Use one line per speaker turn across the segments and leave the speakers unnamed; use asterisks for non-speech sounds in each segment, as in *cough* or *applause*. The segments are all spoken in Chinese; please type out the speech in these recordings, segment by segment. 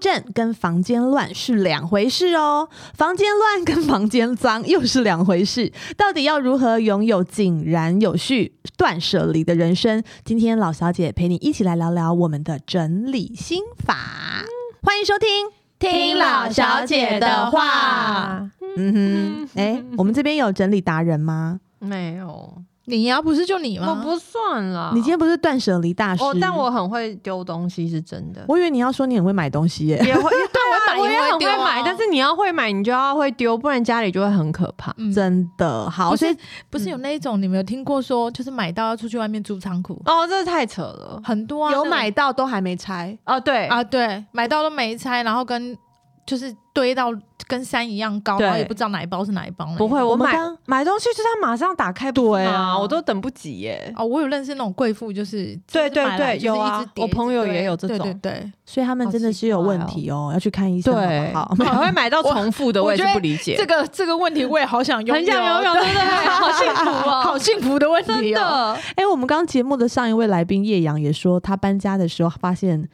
战跟房间乱是两回事哦，房间乱跟房间脏又是两回事。到底要如何拥有井然有序、断舍离的人生？今天老小姐陪你一起来聊聊我们的整理心法。欢迎收听，
听老小姐的话。
嗯哼，哎、我们这边有整理达人吗？
没有，
你呀、不是就你吗？
我不算啦。
你今天不是断舍离大师？
哦，但我很会丢东西，是真的。
我以为你要说你很会买东西耶、
*laughs* 也会，对啊，
我
我
买也
也
会
很
丢啊
会买，但是你要会买，你就要会丢，不然家里就会很可怕。
嗯
真的好，
啊
不
所以
是不是有
嗯
那一种，你没有听过说，就是买到要出去外面租仓库，
哦，这太扯了。
很多啊，
有
那
买到都还没拆。
哦，对，
啊，对，买到都没拆，然后跟就是堆到跟山一样高，
对
然后也不知道哪一包是哪一包呢。
不会，我
我们
买
刚
买东西就是要马上打开，不是
对啊
吗我都等不及耶。
哦，我有认识那种贵妇，就是
对
就是买来
对对
就是
有
一
啊
直叠
我朋友也有这
对
种
对对
所以他们真的是有问题哦，要去看医生
对， *laughs*
好不好？
还会买到重复的，*laughs*
我
我也
我觉
是
得
不理解
对，。这个这个问题我也好想拥有，
很想拥 *laughs* 有，对不对？好幸福哦，
*laughs* 好幸福的问
真
题哦。
的。
*laughs* 哎、我们刚节目的上一位来宾叶阳也说，他搬家的时候发现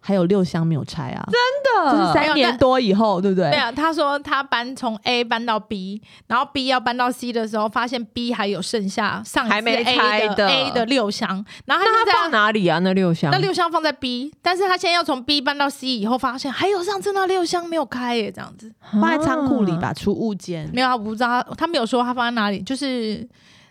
还有六箱没有拆啊，
真
这是
没
三
有
年
但
多以后，对不对？
没有，啊他说他搬从 A 搬到 B，然后 B 要搬到 C 的时候，发现 B 还有剩下上次
还没
A 的
拆的
A 的六箱，然后
那
他就
它
这
放
样。
哪里啊？那六箱？
那六箱放在 B，但是他现在要从 B 搬到 C 以后，发现还有上次那六箱没有开耶，这样子
放在仓库里
啊。
吧，储物间。
没有，啊他不知道他，他没有说他放在哪里，就是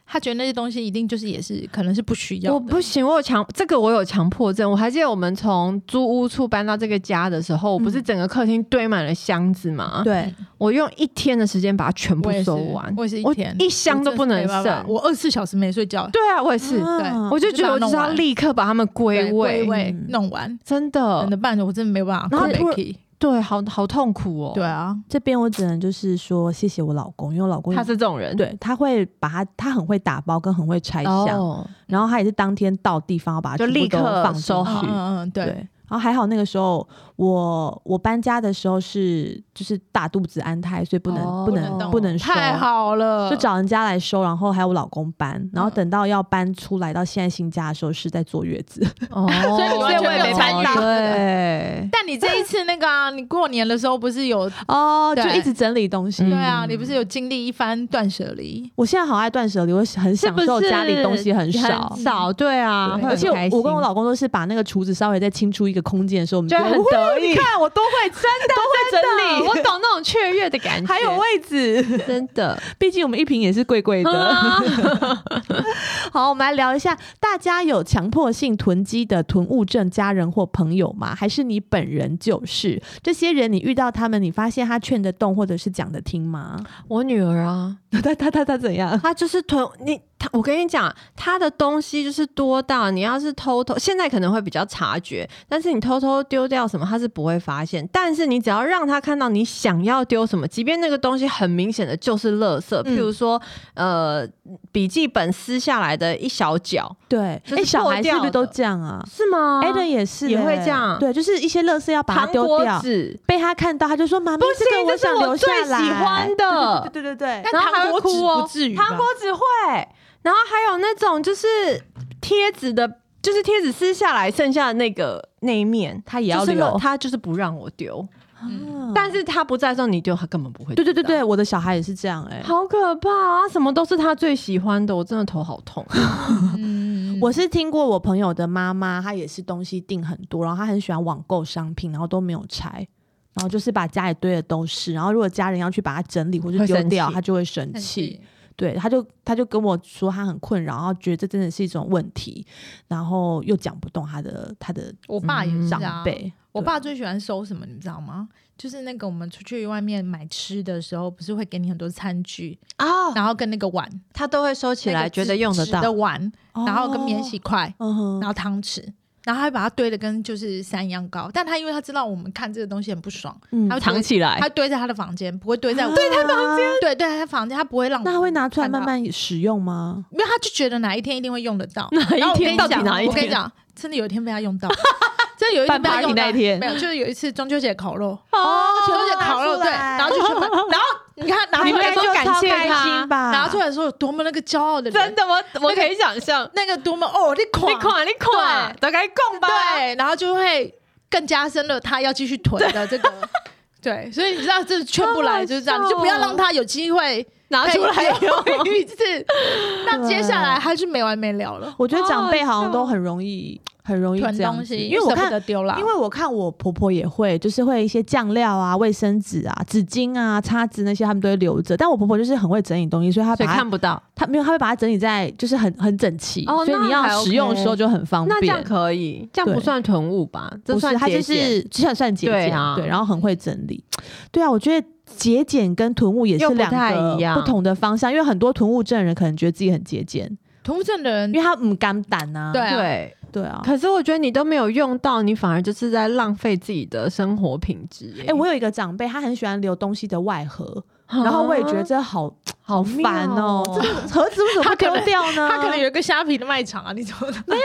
他觉得那些东西一定就是也是可能是不需要
我
的。
不行，我有强这个我有强迫症。我还记得我们从租屋处搬到这个家的时候，我不是整个客厅堆满了箱子嘛？
对，
我用一天的时间把它全部
我也是
收完，
我也是一
我
天
一箱都不能
我真的是没办法
剩。
我二十四小时没睡觉，
对啊，我也是，
啊
我就觉得我就是要立刻把它们归
对
位，
归位
嗯
弄完，
真的
真的办着我真的没办法。
哦然后
对
突然
不起
对，好好痛苦哦。
对，啊，
这边我只能就是说谢谢我老公，因为我老公
他是这种人，
对他会把他他很会打包跟很会拆箱，
哦，
然后他也是当天到地方要把它
就
全部
立
都
刻
放进
收
去
好
嗯嗯嗯，对，
对，然后还好那个时候我我搬家的时候是就是大肚子安胎，所以不能、
哦
不
不
能
能
不能收，
太好了，
就找人家来收，然后还有我老公搬，然后等到要搬出来到现在新家的时候是在坐月子，
哦
所以你完全没有参与
对，
但你这一次那个啊，你过年的时候不是有
哦，就
对
一直整理东西。
嗯
对啊，你不是有经历一番断舍离？
我现在好爱断舍离，我很
是
享
不
受
是
家里东西很少。
少，对啊，
对
会
而且
很开
我跟我
心
老公都是把那个厨子稍微再清出一个空间的时候，我们
*laughs* 就
觉得
很
哇
得意
你看我都会真的都会整理，
我懂那种雀跃的感觉，
还有位置，
真的，
*laughs* 毕竟我们一瓶也是贵
*laughs*
贵的。 *laughs* 好，我们来聊一下，大家有强迫性囤积的囤物症家人或朋友吗？还是你本人就是？这些人你遇到他们，你发现他劝得动或者是讲得听吗？
*laughs* 我女儿啊，
他他他他怎样？
她就是囤你，她我跟你讲，她的东西就是多到你要是偷偷，现在可能会比较察觉，但是你偷偷丢掉什么，她是不会发现。但是你只要让她看到你想要丢什么，即便那个东西很明显的就是垃圾，
嗯
譬如说，呃，笔记本撕下来的一小角，
*laughs* 对，
就
哎、
是
小孩是不
破
是
掉的
都这样啊？
是吗
艾伦也是、
也会
哎
这样
对，就是一些垃圾要把它
糖
丢
果
掉，
纸。
被他看到，他就说：“妈咪，
不
这
行，
个
这是
想留
我
下
最
来。”
喜欢的，
对对对对
但
然后还
糖
会
果纸
哭哦
不至于吧
糖果纸会，然后还有那种就是贴纸的，就是贴纸撕下来剩下的那个那一面，他也
要
就是
留
那他就是不让我丢，
嗯
啊
但是他不在的时候你丢，他根本不会。
对对对。对，我的小孩也是这样哎、
好可怕啊！什么都是他最喜欢的，我真的头好痛。
嗯，
我是听过我朋友的妈妈，她也是东西订很多，然后她很喜欢网购商品，然后都没有拆，然后就是把家里堆的都是，然后如果家人要去把它整理或是
会
丢
生
掉，
气
她就会生
很
气。
气，
对，她就她就跟我说她很困扰，然后觉得这真的是一种问题，然后又讲不动她的她的
我爸也
嗯
是
长
啊。
辈。
我
对
爸最喜欢收什么，你知道吗？就是那个我们出去外面买吃的时候，不是会给你很多餐具，
啊，
然后跟那个碗，
他都会收起
那
来，
个
觉
纸
得用得
纸
到。
的碗，然后跟免
哦，
洗筷，
嗯哼，
然后汤匙，然后他会把它堆的跟就是山一样高。但他因为他知道我们看这个东西很不爽，
嗯
他会
藏起来啊
他堆在他的房间，不会堆在我。
对他房间，
对对，他房间他不会让我
那他会拿出来
看到
慢慢使用吗？
因为他就觉得哪一天一定会用得到。
哪一
然后我跟
天
你
到底
讲
哪一
我跟你
天？
讲，真的有一天被他用到， *laughs* 真的有一天被他用
办 party
到。
那一天
没有，就是有一次中秋节烤肉，
哦
中秋节烤肉对，然后就
*laughs*
全部，然后你看拿
你
出
们
来
应该
说，
就超开
心
心
吧？
拿出来说有多么那个骄傲的人，
真的，我我可以想象。
那个多么哦，你
你
狂
款你款，大概供吧。
对，然后就会。更加深了他要继续囤的这个。对，所以你知道，这劝不来就是这样，
好
你
好
就不要
笑哦
让他有机会
拿出来
再
用。
*laughs* 用一次。那接下来他就没完没了了，
我觉得长辈好像
好
都
好笑
很容易，很容易
囤
这样
东
子
西，
因为嗯我
舍不
看
得丢啦，
因为我看我婆婆也会，就是会一些酱料啊、卫生纸啊、纸巾啊、叉子那些，他们都会留着。但我婆婆就是很会整理东西，所以她
所
把
以
它
看不到，
她没有，她会把它整理在就是很很整齐，所
哦
以
那
你要
还
使用的
OK
时候就很方
*laughs* 那这样
便。
可以，这样不
对
算囤物吧？这
不是
算，
她就
节俭
是就算算节
对
俭
啊
对，然后很会整理。对啊，我觉得节俭跟囤物也
又
是
不
两
太
个
一样
不同的方向，因为很多囤物症的人可能觉得自己很节俭，
囤物症的人
因为他唔敢胆啊。
对啊
对。
对啊，
可是我觉得你都没有用到，你反而就是在浪费自己的生活品质耶。
哎、我有一个长辈，他很喜欢留东西的外盒，
啊
然后我也觉得这好
好
烦哦、
妙
这个盒子为什么不
他可能
丢掉呢？
他可能有一个虾皮的卖场啊，你怎么
但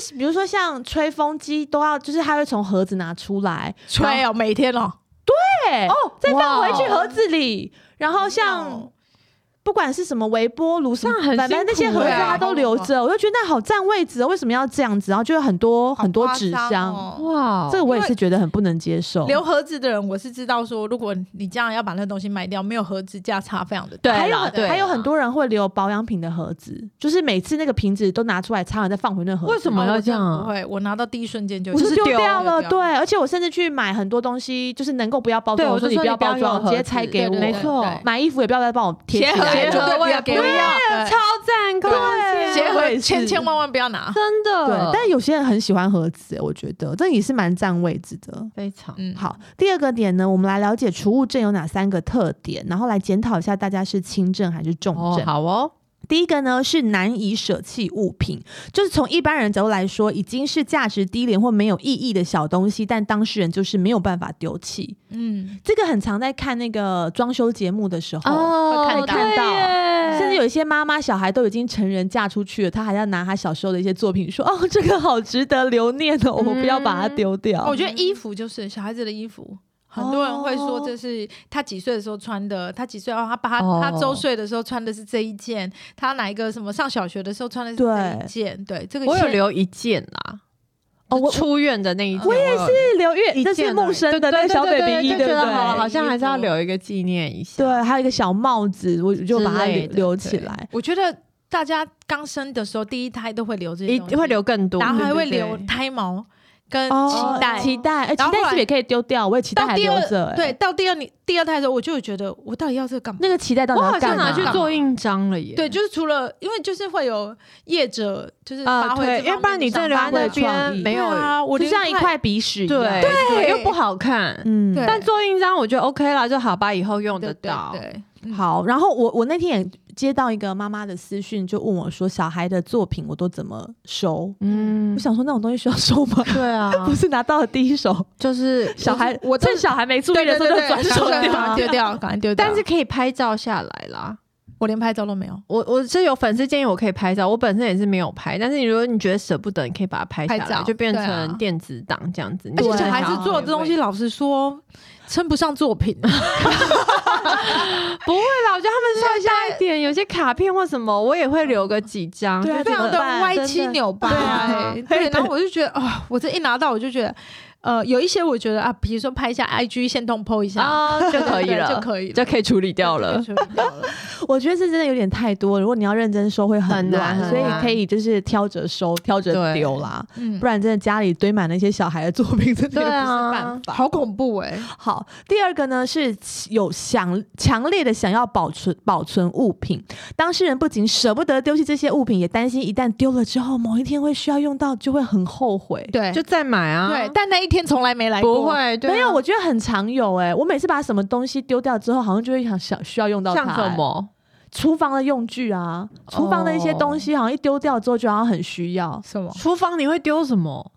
是比如说像吹风机都要，就是他会从盒子拿出来，
吹哦，每天哦，
对，哦，再放回去
哇
盒子里。然后
哦
像不管是什么微波炉什么
这样，很
反正那
辛
些
苦
盒子
欸
他都留着，我就觉得那好占位置哦，为什么要这样子？然后就有很多很多纸
好夸张
箱，
哦。
哇，
这个我也
因为
是觉得很不能接受。
留盒子的人，我是知道说，如果你这样要把那个东西卖掉，没有盒子价差非常的大。
对
还有
啦
很
对
还有
啦
很多人会留保养品的盒子，就是每次那个瓶子都拿出来擦完再放回那盒子。
为什
哦
么要
我
这
真的
样
不
啊？
会，我拿到第一瞬间就
我就
就是
丢
丢
掉
了
了，
丢
对，而且我甚至去买很多东西，就是能够不要包
对
装，
我
说
就
你
说
不
你
要
不要
包
用
装，直
盒
接
子
拆给
对
我。
对
没
对
错
对
买衣服也不要再帮我贴
鞋
起来，
盒也
结
就
合
绝对
我也
不
不
要给我
要，超赞，空
对，鞋
我
盒
也是
千千万万不要拿。
真的，
对。但有些人很喜欢盒子，我觉得这也是蛮占位置的。
非常
嗯，
好，第二个点呢，我们来了解储物症有哪三个特点，然后来检讨一下大家是轻症还是重
哦
症。，
好哦，
第一个呢是难以舍弃物品，就是从一般人角度来说，已经是价值低廉或没有意义的小东西，但当事人就是没有办法丢弃。
嗯，
这个很常在看那个装修节目的时候，
哦
会看看到
到
甚至有一些妈妈小孩都已经成人嫁出去了，她还要拿她小时候的一些作品说：“ *laughs* 哦，这个好值得留念哦，
嗯
我不要把它丢掉。
哦
我觉得衣服就是小孩子的衣服。很多人会说这是他几岁的时候穿的，他几岁哦，他爸他
哦
他周岁的时候穿的是这一件，他哪一个什么上小学的时候穿的是这一件，对这个
我有
线
留一件啦，
哦我
就出院的那一件，
我也
哦有
是刘月，
一
这是
件而
木
已
生
啊对
的
对
那
对
小
对
baby 衣，
对就
对
觉
不
得好了，
对？
好像还是要
衣服
留一个纪念一下。
对，还有一个小帽子，我就把它
之类
留
的
留起
对
来。
我觉得大家刚生的时候，第一胎都会留这些
一
东西，
定会留更多，
然后还会
对对
留
对
胎毛跟
哦
脐带。
脐带，哎，
然
脐
后
带是
后
不
来
是也可以丢掉？我也脐带
到
还
第
留
二
着，哎
对，到第二你第二胎的时候，我就会觉得我到底要这个干嘛？
那个脐带到
我
底要
好像
干嘛？
拿去做印章了耶。
对，就是除了因为就是会有业者就是
啊
发，挥这方面的
对，因
想法、
为不然你真的留在那边没
对
有，
啊，我
就
连
像一块鼻屎一样。
对
对
又不好看。
嗯，
对
但做印章我觉得 OK 啦，就好吧，以后用
对
得
对
到。
对，嗯
好，然后我我那天也接到一个妈妈的私讯，就问我说小孩的作品我都怎么收？
嗯
我，想说那种东西需要收吗？
对啊，
不是拿到了第一手，
就是
小孩我趁小孩没注
对
意
对
的时
对
候就
对，
转手
赶
掉
快
了。
丢掉，赶快丢掉。
但是可以拍照下来啦。
我连拍照都没有，
我我是有粉丝建议我可以拍照，我本身也是没有拍，但是如果你觉得舍不得，你可以把它拍下
拍照
来，就变
对啊
成电子档这样子。
而且
对
小孩
啊
子做的东西，老实说，称不上作品。
不会啦，我觉得他们算大一点，有些卡片或什么，我也会留个几张。
对啊
非
怎
常
么
的
办
歪
真
七
的
扭八、
对啊
欸对，然后我就觉得，哦，我这一拿到我就觉得，呃，有一些我觉得啊，比如说拍一下 IG 线动 PO 一下，
啊，就
对
可以 *laughs*
对
了，
就可以了
就可以处理掉
对
了。
就处理掉了
我觉得这真的有点太多，如果你要认真收会
很
乱，
难很
所以
难
可以就是挑着收，挑着
对
丢啦，
嗯
不，然真的家里堆满了一些小孩的作品，真的也不
*laughs* 对
是
啊
办法。
好恐怖哎、
好，第二个呢是有想强烈的想要保存保存物品，当事人不仅舍不得丢弃这些物品，也担心一旦丢了之后，某一天会需要用到，就会很后悔。
对，
就再买啊，
哎对，但那一天从来没来过，
不会，对啊
没有，我觉得很常有哎、我每次把什么东西丢掉之后，好像就会想想需要用到它、
像什
哎
欸
么？
*laughs* 厨房的用具啊，厨房的一些东西，好像一丢掉之后就好像很需要。
什么？
厨房你会丢什么？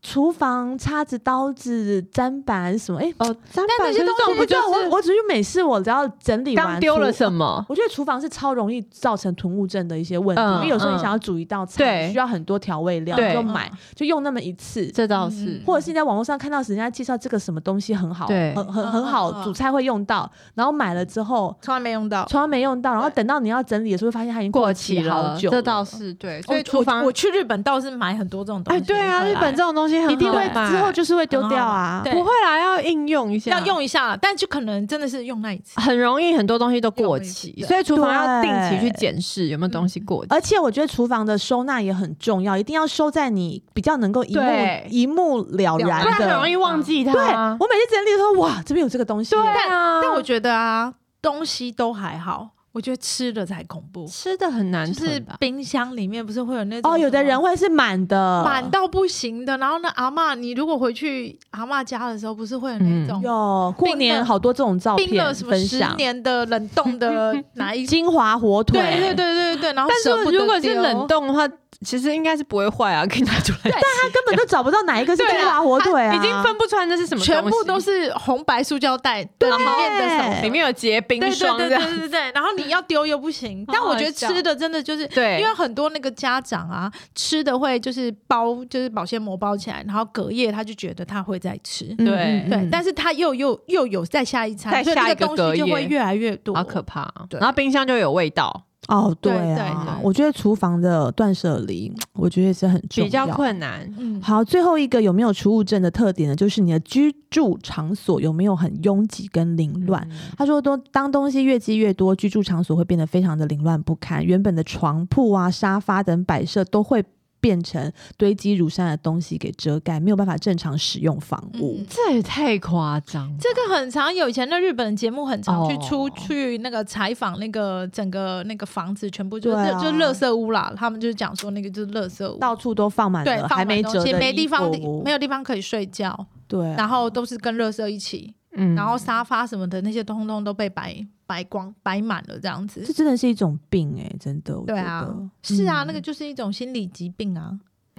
厨房叉子、刀子、砧板什么，哎、
哦，但
但那些东西
不
你知
就
道我
是
我只是每次我只要整理完
刚丢了
厨
什么？
我觉得厨房是超容易造成囤物症的一些问题，
嗯
因为有时候你
嗯
想要煮一道菜，
对
你需要很多调味料，
对
你就买，就用那么一次。
这倒是
嗯
或者是你在网络上看到人家介绍这个什么东西很好，
对
很很
嗯
很
嗯
好，
嗯
煮菜会用到，然后买了之后
从来没用到。
从来没用到，然后
对
等到你要整理的时候，会发现它已经
过
期
期
好
了，
久了。
这倒是对。所以
我
厨
我
房
我，去日本倒是买很多这种东
哎，
西回来。
对啊，日本这种东东西很好
一定会
买
之后就是会
嗯
丢掉啊。
对
不会啦，要应用一下，
要用一下，但就可能真的是用那一次。
很容易很多东西都过期
用，一次嗯
所以厨房要定期
对
去检视有没有东西过期。
而且我觉得厨房的收纳也很重要，一定要收在你比较能够一目
对
一目了然
不然很
的。
容易忘记它。啊
对，我每次整理的时候，哇，这边有这个东西。
对啊，
但我觉得啊，东西都还好，我觉得吃的才恐怖。
吃的很难
就是
囤吧？
冰箱里面不是会有那种
哦，有的
什么
人会是满的，
满到不行的，然后呢，阿嬷，你如果回去阿嬷家的时候，不是会有那
嗯
种
有过
冰
年
的
好多这种照
冰了
片
什么
分
十
享，
年的冷冻的哪一
金华火腿，
对对对对对，然后
但
舍不
是
得
如果是
丢
冷，冻的话，其实应该是不会坏啊，可以拿出来吃。
他根本都找不到哪一个是
对啊
金华火腿啊，
已经分不出来那是什么东西，
全部都是红白塑胶袋的里面的什么，
里面有结冰
对对
霜
对
这
对
样。
对对对，然后你要丢又不行，但我觉得吃的真的就是。
对，
因为很多那个家长啊，吃的会就是包，就是保鲜膜包起来，然后隔夜他就觉得他会再吃，
嗯
对
嗯
对
嗯，
但是他又又又有再下一餐，
再
所以
下
那
一个
个东西就
隔
会
夜
越来越多，
好可怕哦。
对
然后冰箱就有味道，
哦，对
对对
啊
对，
我觉得厨房的断舍离，我觉得也是很重要，
比较困难。
嗯，
好，最后一个有没有储物证的特点呢？就是你的居住场所有没有很拥挤跟凌乱。
嗯
他说东当东西越积越多，居住场所会变得非常的凌乱不堪，原本的床铺啊、沙发等摆设都会变成堆积如山的东西给遮盖，没有办法正常使用房屋。
嗯
这也太夸张了。
这个很常有，以前的日本节目很常去出、
哦
去那个采访，那个整个那个房子全部就是、
对啊
就垃圾屋啦，他们就是讲说那个就是垃圾屋，
到处都放满
对
了，
放
还
满
没
东
折
西，
的
没地方没
有
有地方可以睡觉，
对啊，
然后都是跟垃圾一起，
嗯
然后沙发什么的那些通通都被摆摆光摆满了这样子
这。真的是一种病哎、真的，我
对
觉
啊
得
是啊，
嗯
那个就是一种心理疾病啊，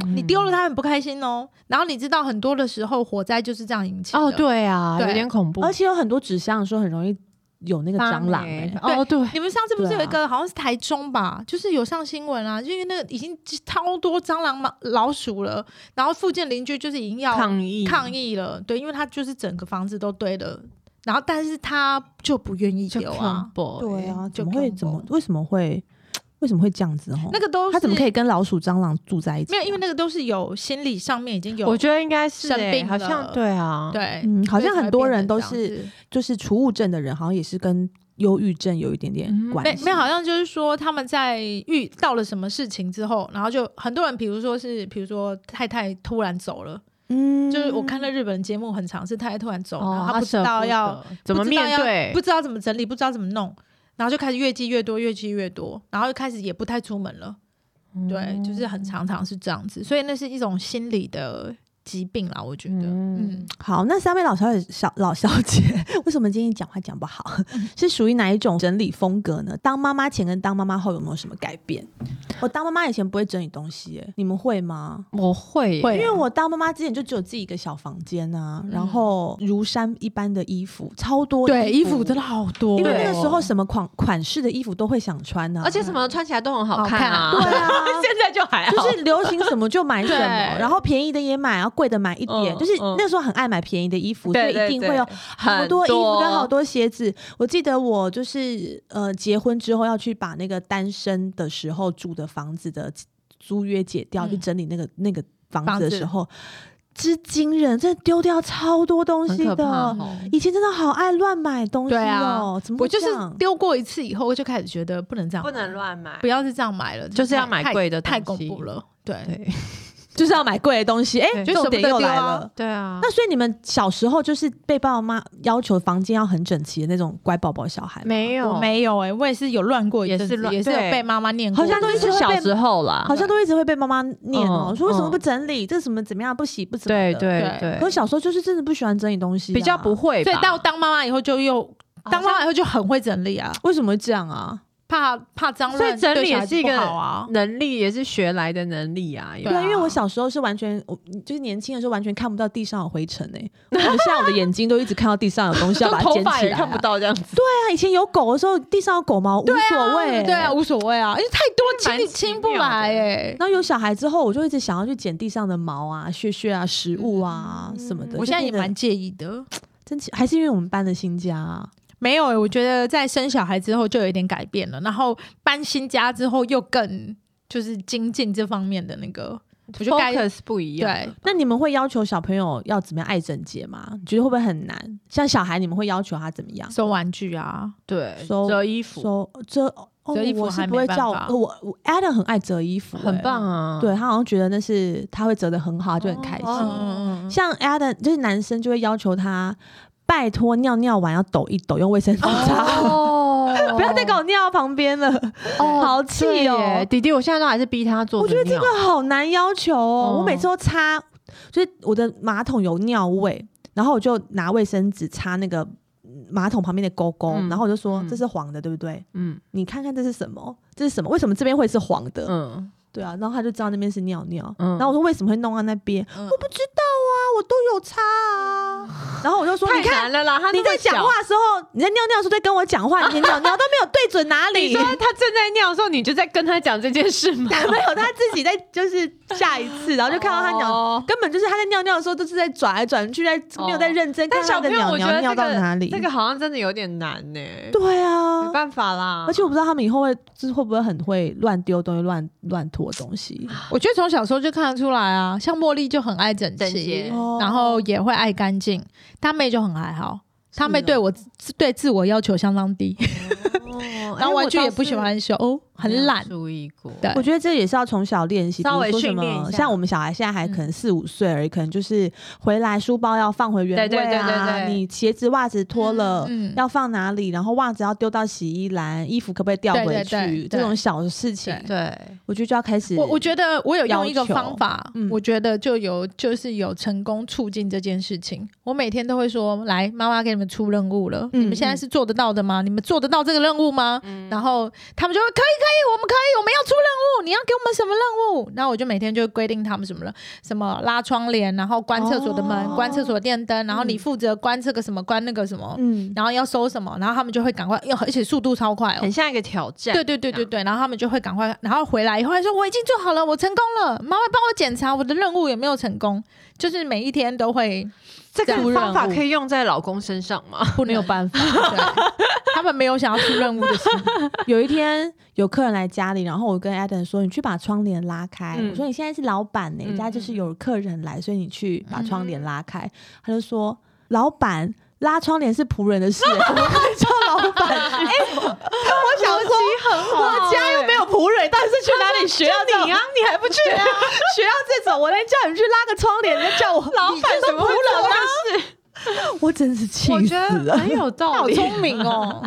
你
你
丢了它很不开心哦。然后你知道很多的时候火灾就是这样引起的。
哦，，对啊，
对
有点恐怖。
而且有很多纸箱说很容易有那个蟑螂
欸
哎、
哦，对，
你们上次不是
对啊
有一个、好像是台中吧，就是有上新闻啊，就因为那个已经超多蟑螂、老老鼠了，然后附近邻居就是已经要
抗议
抗议了，对，因为他就是整个房子都堆了，然后但是他就不愿意
就
丢
恐
啊，
怖。
对啊，
就
怎么会
combo
怎么为什么会为什么会这样子哦？
那个都是
他怎么可以跟老鼠、蟑螂住在一起啊？
没有？因为那个都是有心理上面已经有，
我觉得应该是
生
欸
病
好
了
像对啊，
对，
嗯，好像
所以才
很多
变
人
成
都
这样
是
子
就是储物症的人，好像也是跟忧郁症有一点点
嗯
关
没
系。
没有，好像就是说他们在遇到了什么事情之后，然后就很多人，比如说是，比如说太太突然走了。
嗯
就是我看了日本节目很长，是太太突然走，然
哦，
后她不知
舍
道
不
要
得怎么
不知道
面
要
对
不，知道怎么整理，不知道怎么弄，然后就开始越积越多，越积越多，然后就开始也不太出门了。
嗯
对，就是很常常是这样子，所以那是一种心理的疾病啦，我觉得。
嗯
嗯，
好，那三位老小姐小老小姐， *laughs* 为什么今天讲话讲不好？
嗯
是属于哪一种整理风格呢？当妈妈前跟当妈妈后有没有什么改变？我当妈妈以前不会整理东西、耶，你们会吗？
我会
会
因
对
为
啊
我当妈妈之前就只有自己一个小房间啊，
嗯
然后如山一般的衣服，超多
对，衣
衣
服真的好多哦，
因为那个时候什么款款式的衣服都会想穿呢、啊，
而且什么穿起来都很好
好
看
看
啊，。
对
*laughs*
啊
*laughs* 现在就还好，
就是流行什么就买什么，
对
然后便宜的也买，然后贵的买一点。
嗯
就是
嗯
那时候很爱买便宜的衣服，所
对
以一
对
定
对
会有好
很
多衣服跟好多鞋子。我记得我就是呃结婚之后要去把那个单身的时候住的房子的租约解掉，
嗯
去整理那个那个房
房
子的
子
时候，之惊人，真的丢掉超多东
很
西
可怕
的。
哦。
嗯
以前真的好爱乱买东西
对
哦，
啊
怎么
我
会
就是
这样
丢过一次以后，我就开始觉得不能这样，
不能，乱买
不，要是这样买了，
就是要
太
买
太
贵的
太
东
恐
西
怖了。对，
对
就是要买贵的东西，哎、
对
就重点又来了。
对啊，
那所以你们小时候就是被爸爸妈妈要求房间要很整齐的那种乖宝宝小孩吗，
没有
我没有哎，我也是有乱过一
哦也
阵
是
子，
乱
也是有
对
被妈妈念过
好
的，
像
都
都
是
是
小
被
时候啦，
好像都一直会被妈妈念哦、
嗯
说为什么
嗯
不整理，这什么怎么样不洗不怎么
对
的。
对
对
可
对
是，小时候就是真的不喜欢整理东西、啊
比较不，会吧，哦
所以到当妈妈以后就又
好
当妈
像
妈以后就很会整理啊，
为什么会这样啊？
怕怕脏
所以
乱，
整
对
理
小
也
孩
是
子
一
不
个
好啊。
能力也是学来的能力啊，也
对啊
因为我小时候是完全，我就是年轻的时候完全看不到地上有灰尘欸诶、 *laughs* 我现在我的眼睛都一直看到地上有东西， *laughs* 要把它
头
捡
发
起
也
来、啊
看不。到这样子，
对啊，以前有狗的时候，地上有狗毛无
嗯
所谓、
对啊，。无所谓啊，因为太多
蛮
清理
奇
清不
妙的
来哎。
然后有小孩之后，我就一直想要去捡地上的毛啊、屑屑啊、食物啊、什么的。
我现在也
就变得
蛮介意的，
真奇，还是因为我们搬了新家、啊，
没有、欸，我觉得在生小孩之后就有一点改变了，然后搬新家之后又更就是精进这方面的那个我就该
focus 不一样
对
了吧。
那你们会要求小朋友要怎么样爱整洁吗？你觉得会不会很难？像小孩，你们会要求他怎么样？
收玩具啊，
对
收
折衣服
说这哦，
折衣服
我是
还
不会
没办
叫
法
我我我 Adam 很爱折衣服、
很棒
啊。
啊，
对他好像觉得那是他会折的很好，他就很开心。
哦
嗯嗯嗯，
像 Adam 就是男生就会要求他，拜托尿尿完要抖一抖，用卫生纸擦，，
哦
*laughs* 不要再搞尿旁边了。
哦
好气
对
哦
耶弟弟，我现在都还是逼他做。
我觉得这个好难要求哦，
嗯
我每次都擦，就是我的马桶有尿味，然后我就拿卫生纸擦那个嗯马桶旁边的沟沟，
嗯
然后我就说、
嗯
这是黄的，对不对？
嗯
你看看这是什么？这是什么？为什么这边会是黄的？
嗯
对啊，然后他就知道那边是尿尿。
嗯，
然后我说为什么会弄到那边？
嗯
我不知道啊，我都有擦啊。然后我就说，
嗯太
你看
难了啦，他
你在讲话的时候，你在尿尿的时候在跟我讲话，你的尿尿都没有对准哪
你
里
说。他正在尿的时候，你就在跟他讲这件事 *laughs* 吗？
*laughs* 男朋友他自己在就是下一次，然后就看到他尿
哦
根本就是他在尿尿的时候都是在转来转去，在没有在认真看
但
他
小
的
朋友，
鸟
我觉
鸟
得
尿
这
到哪
个
里。
这个嗯好像真的有点难呢，
对啊
没，办法啦。
而且我不知道他们以后会就是会不会很会乱丢东西、乱乱拖东西。
啊
我觉得从小时候就看得出来啊，像茉莉就很爱整
整
齐
洁，
哦
然后也会爱干净，她妹就很还好。她妹
是哦
对我对自我要求相当低，
哦
*laughs* 然后玩具也不喜，
哎
欢修，
我倒是
很懒
没有。注意过。
对
我觉得这也是要从小练习，比
稍
如
微
说什
训练
么
一下嗯
像我们小孩现在还可能四五岁而已，可能就是回来书包要放回原位啊，
对对对对对
你鞋子袜子脱了。
嗯
要放哪里，然后袜子要丢到洗衣篮，衣服可不可以掉回去？
对对对对
这种小事情，
对
对，
我觉得就要开始。
我我觉得我有用一个
要求
方法，
嗯
我觉得就有就是有成功促进这件事情。我每天都会说：“来，妈妈给你们出任务了，
嗯
你们现在是做得到的吗？你们做得到这个任务吗？”然后他们就会可以可以，我们可以，我们要出任务，你要给我们什么任务？然后我就每天就规定他们什么了，什么拉窗帘，然后关厕所的门，
哦
关厕所的电灯，然后你负责关这个什么，关那个什么，
嗯，
然后要收什么，然后他们就会赶快，哟而且速度超快哦
很，像一个挑战。
对对对对对，然后他们就会赶快，然后回来以后还说我已经做好了，我成功了，妈妈帮我检查我的任务有没有成功，就是每一天都会 *laughs*
这
出
个
任
方法
务
可以用在老公身上吗？
不没有办法，对他们没有想要出任务的 *laughs* 心，
*laughs*
有一天有客人来家里，然后我跟 Adam 说：“你去把窗帘拉开。
嗯
我说：“你现在是老板呢、
嗯
人家就是有客人来，所以你去把窗帘拉开。他就说：“老板。”拉窗帘是仆人的事、 *laughs* 我们可以叫老板去。我想说，我家又没有仆人，到底是去哪里学到
*laughs*
这种？
你啊，你还不去？
学到这种，我连叫你去拉个窗帘，你就叫我
*laughs* 老
你
板
就
怎
是
么会
仆人啊？
这样？
我真是气
我
死
觉得
了
很。有道
好
理，
聪明
*laughs*
哦，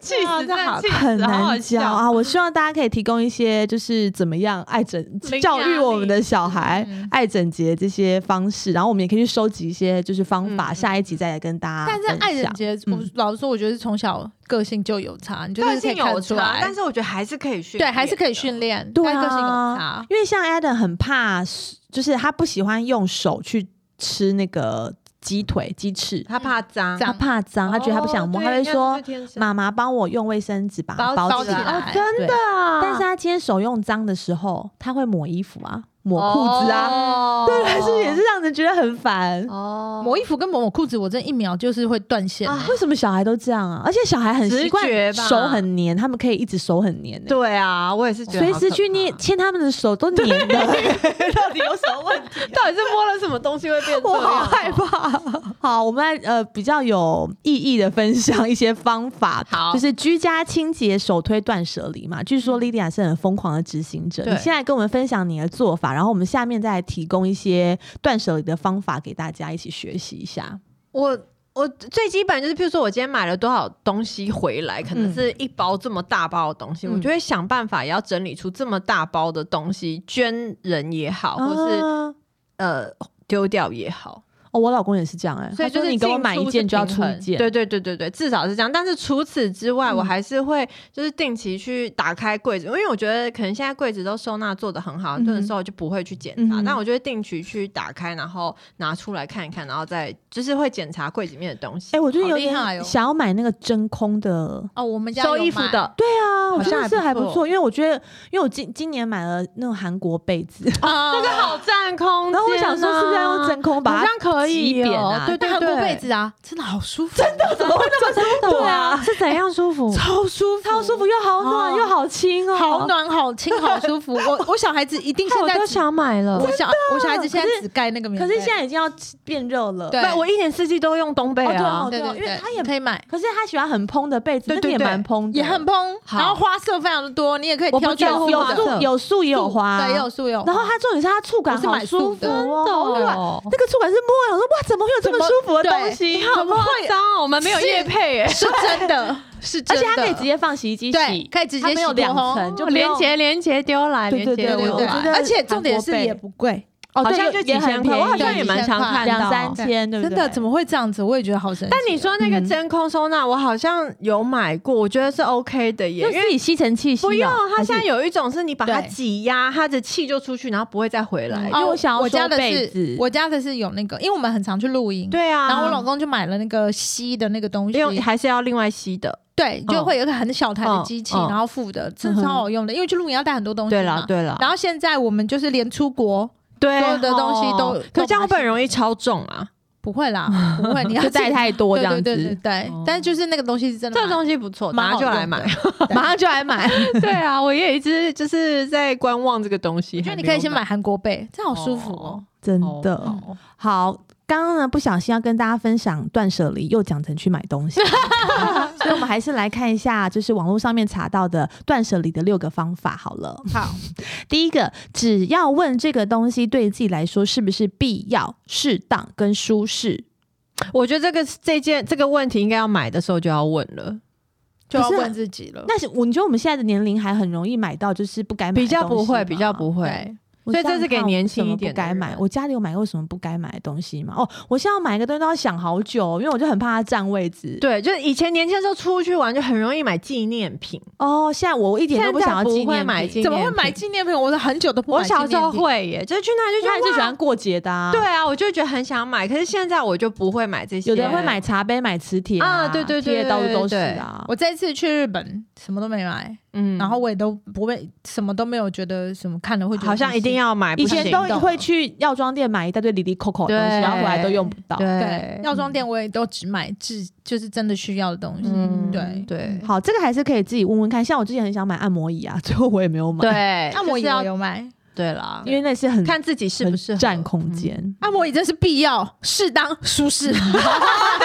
气
啊
死
这好
真的 *laughs* 气死，
很
好好
难教
笑。
啊！我希望大家可以提供一些，就是怎么样爱整
零
教
压
育
力
我们的小孩
嗯
爱整洁这些方式，然后我们也可以去收集一些就是方法，
嗯
下一集再来跟大家
但
分
是
享。
爱人节，我
嗯
老实说，我觉得是从小个性就有差，你就是
个
可以
性
看
有
出
差，
来
但，是我觉得还是可以训
对，
练的，
还是可以训练，
对
但
啊，
个性有差。
因为像 Adam 很怕，就是他不喜欢用手去吃那个鸡腿、鸡翅，
他怕脏，哦
他怕脏，他觉得他不想摸，他会说：“妈妈帮我用卫生纸把它
包
包
起
起来。
来
哦”真
真
的
的。啊，
但是他今天手用脏的时候，他会抹衣服啊，抹裤子啊，
啊
对，但是也是让人觉得很烦。
哦
抹衣服跟抹抹裤子，我这一秒就是会断线。
啊
为什么小孩都这样啊？而且小孩很习惯
直觉吧
手很黏，他们可以一直手很黏、欸，
对啊，我也是觉得
随时去
捏
捏，牵他们的手都黏的，
*laughs*
*laughs*
到底有什么问题？ *laughs* 到底是摸了什么东西会变这
我
样？
好害怕。好，我们来呃比较有意义的分享一些方法，
好嗯
就是居家清洁首推断舍离嘛。据说 Lydia 是很疯狂的执行者，
对
你现在跟我们分享你的做法，然后我们下面再来提供一些断舍离的方法给大家一起学习一下。
我我最基本就是，譬如说我今天买了多少东西回来，可能是一包这么大包的东西，
嗯
我就会想办法也要整理出这么大包的东西，捐人也好，或是、
啊
呃丢掉也好。
哦，我老公也是这样哎、
所以
他说
就是
你给我
进
买一
出
件
是
就要
平
出一
衡
件，
对对对对对，至少是这样。但是除此之外，
嗯
我还是会就是定期去打开柜子，因为我觉得可能现在柜子都收纳做的很
嗯哼
好，很多的时候就不会去检
嗯
查。
哼
但我就会定期去打开，然后拿出来看一看，然后再就是会检查柜子里面的东西。
哎、我最近
好
有
厉害
点
哦
想要买那个真空的。
哦，我们家
收
有
衣服
买
的，
对啊，我
好
觉
像
得
还
是
不
还不
错
错，因为我觉得，因为我今今年买了那种韩国被子，
啊，
哦这个好占空间啊、
然后我想说是不是要用真空把
好
它
像可
可以
几扁
哦
啊，
对对
那
韩
韩
国
国
被
被
子啊，真的好舒服，真的
怎么会那么舒服？
对啊，是怎样舒服？
超舒服， *laughs* 超舒服，又好暖、
哦
又好轻哦，
好。暖好轻好舒 *laughs* 服。我我小孩子一定现
我
在
都
只
想买了
我。小我小孩子现
可
在
是
只盖那个棉被，
可是现在已经要变热了，
对
不，我一年四季都用冬被啊
哦。
对对对，
因为它也
可以买。
可是他喜欢很蓬的被子，
对
那个
对
也
对
蛮蓬的，
也很蓬，
好
然后花色非常的多，你也可以
我不
挑
在
选
乎
有
花
树
色
有树也有花，啊
对，也有。素有花。
然后它重点是它触感
我是
好
买
舒
素
服
的
哦，好软
哦
那个触感是摸，我说哇，怎么会有这么
怎么
舒服的东
对
西？
好
怎么会
夸张哦，我们没有夜配 *laughs* 哎，
是真的，是
*laughs* 而
真
且
的，
它可以直接放洗衣机
对，
洗，
可以直
它
接
没有
洗哦
两
脱
层，就不
连
用
结连结丢来，
对
连
对
结
对
对
丢
我觉
对
得
对，
来。
而且重点
韩
是
国被
也不贵，
哦，
好
对
像
有
就
也
几
很
千
便宜，
块
我好
对
像也
也
蛮
蛮
常
常
看
看
到
到
两三千，对不
啊真
对？
的怎么会这样子？我也觉得好神奇。
但你说那个
嗯
真空收纳，我好像有买过，我觉得是 OK 的耶，
用
因为
自己吸尘器吸哦？
不用。它
还是
现在有一种是你把它
对
挤压，它的气就出去，然后不会再回来。
因为我想要
哦我家
收
的
被
是
子，
我家的是有那个，因为我们很常去露营，
对啊，
然后我老公就买了那个吸的那个东西，
用还是要另外吸的。
对，就
嗯
会有一个很小台的机器，
嗯嗯
然后附的，这
嗯哼
超好用的，因为去露营要带很多东西
对啦
嘛，。
对啦，
然后现在我们就是连出国
对
所有的东西都
哦可这样会不会很容易超重啊？
不会啦，
*laughs*
不会，你要
就带
自己
太多这样子，
对对对对对
哦
但是就是那个东西是真的
这
蛮，
个东西不错，
蛮
马上
好
就
用的
来买。
马上就来
*laughs*
买。
对 *laughs* 啊，我也一直就是在观望这个东西。
我觉得
还
你
没
可以
有
先买韩国被，这好
买，
舒服哦。嗯
真
哦
的、
哦哦
嗯好。刚刚呢，不小心要跟大家分享断舍离，又讲成去买东西， *laughs* 所以我们还是来看一下，就是网络上面查到的断舍离的六个方法好了。
好，
第一个，只要问这个东西对自己来说是不是必要、适当跟舒适，
我觉得这个这件这个问题应该要买的时候就要问了，
就要
可是
问自己了。
那是我你觉得我们现在的年龄还很容易买到就是不该买的
比较不
东西
会，
吗
比较。不会。
对，
我
所以这
想
是给
想看
年
我什
轻一
么
点
不
的
该买。
人
我家里有买过什么不该买的东西吗？哦，我现在要买一个东西都要想好久，因为我就很怕它占位置。
对，就是以前年轻的时候出去玩就很容易买纪念品，
哦，现在我一点都不想要纪
现在不会
念
买
品
纪念
怎么会买纪念品？我是很久都不买
我小时候
纪念品，
会耶，就是去那就
那
觉得
你最喜欢
哇
过节的、啊，
对，啊，我就觉得很想买，可是现在我就不会买这些。
有的人会买茶杯、买磁铁
啊对对对
贴到处都是
对对对
啊。
我这次去日本什么都没买，
嗯
然后我也都不会什么都没有觉得什么看了会觉得
好像一定
要
要买，
以
不
前
行
都会去药妆店买一大堆里里扣扣的东西，
对
然后回来都用不到。
对
对
药妆店我也都只买自就是真的需要的东西。
嗯
对
对
好，这个还是可以自己问问看。像我之前很想买按摩椅啊， *laughs* 最后我也没有买，
对，，
按摩椅啊
就是
我
要
有买，
对啦，
因为那是很
看自己是
很
不是
占空间。
按摩椅真是必要、适当、舒适。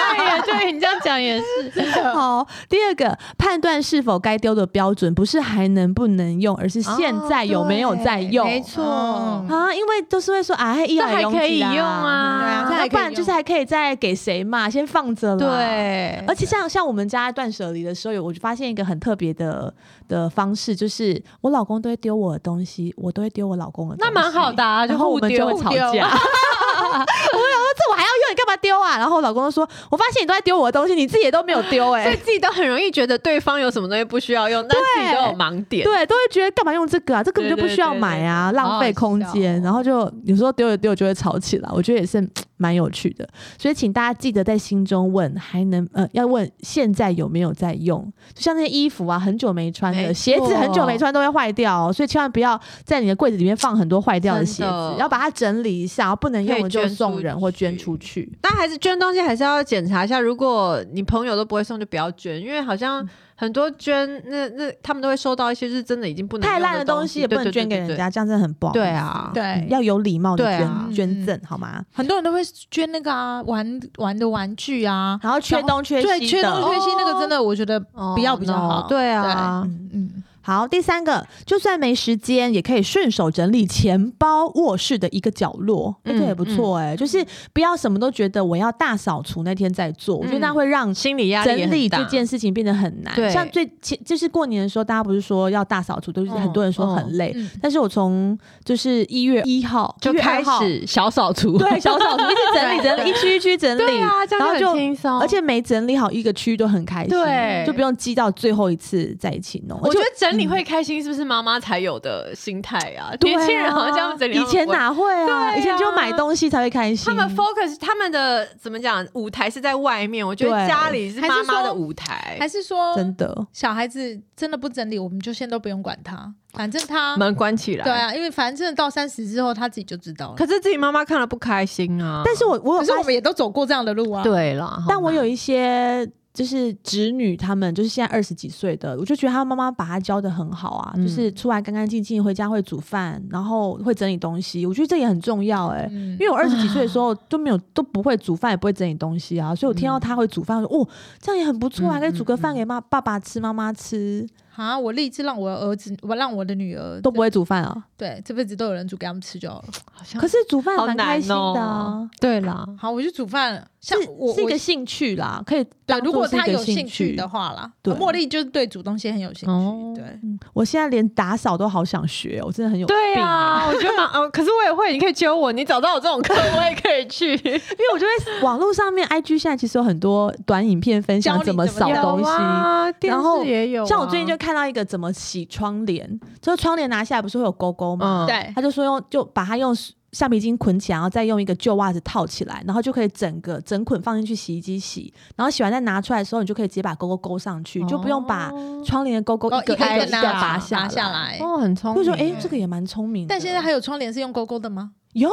对呀，对你这样讲
*laughs*
也是。嗯
好，第二个判断是否该丢的标准，不是还能不能用，而是现在有没有在用。
哦没错，
嗯
啊，因为都是会说啊，一
这
劳
还
永
可以
逸啦
用啊，
对啊这还
要不
可
然
以
就是
用
还可以再给谁嘛，先放着啦。。
对，
而且像像我们家断舍离的时候，有我就发现一个很特别的的方式，就是我老公都会丢我的东西，我都会丢我老公的东
那
西，
蛮好的啊，
然后我
互
们就
丢
会
互
吵架。*laughs*
丢
我
*laughs*
想说这我还要用，你干嘛丢啊？然后我老公就说，我发现你都在丢我的东西，你自己也都没有丢哎、
所以自己都很容易觉得对方有什么东西不需要用，但自己都有盲点。
对，都会觉得干嘛用这个啊？这根本就不需要买啊，
对对对对对
浪费空间。
哦
然后就有时候丢了丢了就会吵起来，我觉得也是蛮有趣的。所以请大家记得在心中问，还能呃要问现在有没有在用？就像那些衣服啊，很久没穿的，
没错
鞋子很久没穿都会坏掉、哦，所以千万不要在你的柜子里面放很多坏掉的鞋
真的
子，要把它整理一下，然后不能用的就
可以捐出
送人或捐
去
出去。
但还是捐东西还是要检查一下，如果你朋友都不会送，就不要捐，因为好像很多捐那那他们都会收到一些是真的已经不能
太
用
烂的
的
东西
西，
也不能
对
捐给人。家，这样真的很不好。
对对对对对啊，
对
嗯，要有礼貌的
对
捐、
啊
捐赠，好吗？
很多人都会捐那个啊，玩玩的玩具啊，
然后缺东 *laughs* 缺西的，
对，缺东缺西
哦
那个真的，我觉得
哦
不要比较好
no，对啊
对，嗯，
*laughs* 好，第三个，就算没时间，也可以顺手整理钱包卧室的一个角落，那、
嗯
个也不错哎、就是不要什么都觉得我要大扫除那天再做，我觉得那会让
心理嗯压力也
整理
很
这
大。
件事情变得很难。
对
像最前就是过年的时候，大家不是说要大扫除，都是
嗯
很多人说很累，
嗯
但是我从就是一月一号
就
1月2
开
号
始小扫除，
对小扫除，一直整理整理，一区一区整理，
*laughs* 对啊，这
然
样
后就
很轻松，
而且每整理好一个区都很开心，
对
就不用积到最后一次再一起弄，嗯
我觉得整整理会开心，是不是妈妈才有的心态啊？
对
*laughs* 年轻人
啊
好像这样整理，
以前？哪会啊？
对
以前只有买
啊
东西才会开心。
他们 focus 他们的怎么讲？舞台是在外面，我觉得
对
家里是
还是
妈妈
说
的舞台
还，是说
真的
小孩子真的不整理，我们就先都不用管他，反正他
门关起来。
对，啊，因为反正到三十之后他自己就知道了。
可是自己妈妈看了不开心啊。
但是我我有
可是
发
我
现，
们也都走过这样的路啊。，
对啦，
但我
好
有一些就是侄女，她们就是现在二十几岁的，我就觉得她妈妈把她教的很好啊，
嗯
就是出来干干净净，回家会煮饭，然后会整理东西，我觉得这也很重要哎、
嗯
因为我二十几岁的时候都
*laughs*
没有都不会煮饭，也不会整理东西啊，所以我听到她会煮饭，我说哦，这样也很不错啊，
嗯
可以煮个
嗯
饭给妈爸爸吃、妈妈吃，
啊，我立志让我儿子，我让我的女儿
都不会煮饭
*laughs*
啊。
对这辈子都有人煮给他们吃就好了。
好像
可是煮饭
好
蛮
难
开心的
哦
啊，。
对啦，
好，我去煮饭了。像我
是是一
我
个兴趣啦，可以
对，
当
如果
作是一
他
个
有兴
兴
趣的话啦，
对
茉莉就是对煮东西很有兴趣。
哦
对，
嗯我现在连打扫都好想学哦，我真的很有
对
病欸
啊，我觉得蛮……哦，可是我也会，你可以揪我，你找到我这种课，我也可以去。
*laughs* 因为我就会 *laughs* 网络上面 IG 现在其实有很多短影片分
啊教
享
你
怎么
怎么
扫
用
东西。
啊，电
然后
视也有啊、
像我最近就看到一个怎么洗窗帘，就是窗帘拿下来不是会有勾勾吗？
嗯
对
他就说用就把它用橡皮筋捆起来，然后再用一个旧袜子套起来，然后就可以整个整捆放进去洗衣机洗，然后洗完再拿出来的时候，你就可以直接把勾勾勾上去，就不用把窗帘的勾勾
哦
一个
一个
一个
一
一
个
个
拿
拔下
拔下
来。
来。
哦，很聪
就
明
说
耶。
哎、这个也蛮聪明的。
但现在还有窗帘是用勾勾的吗？
有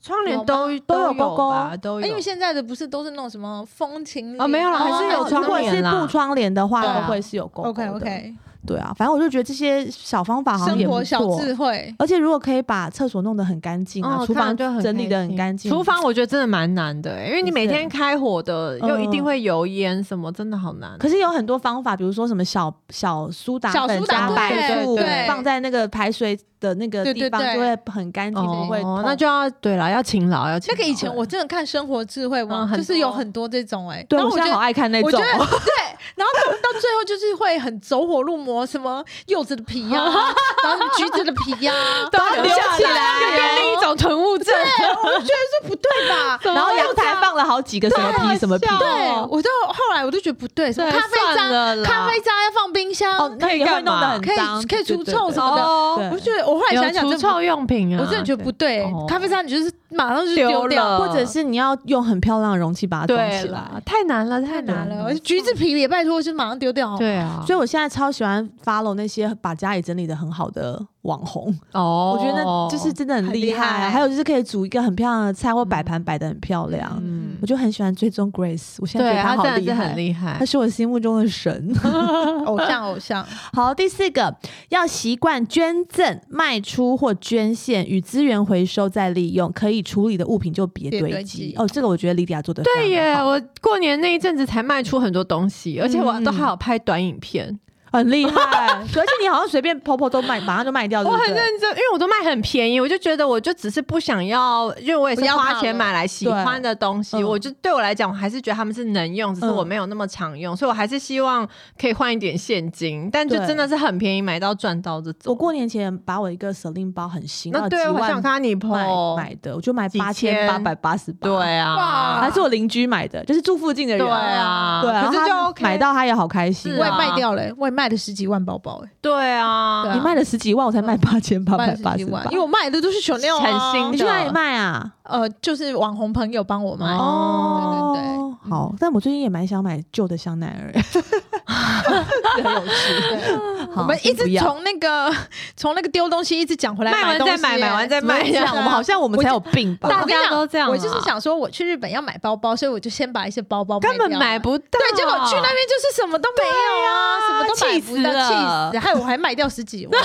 窗
有
帘
吗
都
都有
有哎
勾勾
吧，都
因
有
为。现在的不是都是那种什么风情
哦没有啦
了，
还是有
哦
窗
如果
帘
是
啦
布窗帘的话，
对啊
都会是有勾勾
OK
的。
OK，
对啊，反正我就觉得这些小方法好像
生
也
活
不
小
错。嗯
智慧。
而且如果可以把厕所弄得很干净啊，
哦
厨
看了
房
就很
整理
开
的很
心
干净，
厨房我觉得真的蛮难的、因为你
是
每天开火的，又一定
嗯
会油烟什么，真的好难。
可是有很多方法，比如说什么小小苏打
小
粉
苏
加
打
对
白醋
对对，
放在那个排水的那个
对对
地方
对
就会很干净，不会
哦
痛，
那就要对了，要勤劳，要勤
那
劳。
个以前我真的看生活智慧
嗯
网，
很
就是有
多
很多这种哎，
对
然
我
后我
现
觉
在好
得。
爱看那
我
种
觉得 *laughs* 对，然后他们到最后就是会很走火入魔，什么柚子的皮
*laughs*
呀、然后什么橘子的皮呀、
*laughs* 都要留
下
起来，
来
就跟另一种囤物症。
对，我就觉得说不
*laughs*
对吧？
怎
*laughs*
么
然后
会
阳台放了好几个什么
对
皮什么皮
好，笑
对
哦，
我就后来我就觉得不对，什么
对
咖啡
算了
渣，
啦
咖啡渣要放冰箱，
哦，那也
可以
会
干
弄得
嘛
很
可
脏，
以可以除
对
臭什么的。
哦
对
我觉得我后来
有
想想，
除
这不
臭用品啊，
我真的觉得不对
哦，
咖啡渣你就是马上就
丢
丢
了
掉，
或者是你要用很漂亮的容器把它装
呃对
起
了
来。，
太难了，太
太
难
难
了。
了。橘子皮也拜托，就马上丢掉好吗。
对啊，
所以我现在超喜欢 follow 那些把家里整理的很好的网红，
哦
我觉得那就是真的很
很
厉
厉害
害。啊还有就是可以煮一个很漂亮的菜，或摆盘摆的很漂亮。
嗯
我就很喜欢追踪 Grace，我现在觉
对
得她
他
好
真
厉
的是
害
很，厉害
她。是我心目中的
*laughs*
神。
嗯偶像偶像，
好，第四个要习惯捐赠、卖出或捐献与资源回收再利用，可以处理的物品就别
别
堆
堆
积
积。
哦，这个我觉得莉迪亚做的
对耶，我过年那一阵子才卖出很多东西，而且我
嗯
都还有拍短影片，
很厉害。 *laughs* 而且你好像随便 POPO 都卖，马上就卖掉，对
哦我
不
很
对？
认真，因为我都卖很便宜，我就觉得我就只是不想要，因为我也
不
是
要它
花钱
了
买来喜
对
欢的东西，
嗯
我就对我来讲，我还是觉得他们是能用，只是
嗯
我没有那么常用，所以我还是希望可以换一点现金，但就
对
真的是很便宜买到赚到这种。
我过年前把我一个舍令包很新，
那
要
对，
几
我
万
想看你
买
朋
买的，我就买
几
八
千
八百八十八，
对
哇
啊
还，是我邻居买的，就是住附近的人，
对啊，
对啊，
可是就
然后他
OK，
买到他也好开心
*laughs* 是
哦，
啊
我也卖掉了，我也卖了十几万包包，哎，
对啊，
对啊
你卖了十几万，我才卖八千八
卖
百
了十
八
几
十八
万，，因为我卖的都是 Chanel 啊
很新
你去哪里卖啊？
呃，就是网红朋友帮我买，
哦
哦，
对对对嗯
好，但我最近也蛮想买旧的香奈儿， *laughs* 很有趣。
对
好
我们一
先不
直
要
从那个从那个丢东西欸一直讲回来，
卖完再买，买完再
怎么
卖
会
这
这
样
样，我们好像我们才有病吧？
大
啊我跟你
家
讲
都这样啊，
我就是想说，我去日本要买包包，所以我就先把一些包包
根本
掉了啊
买不到，啊
对，结果去那边就是什么都没有啊，什么都
气
买不
死
到，
了
气死！害我还卖掉十 *laughs* 几万，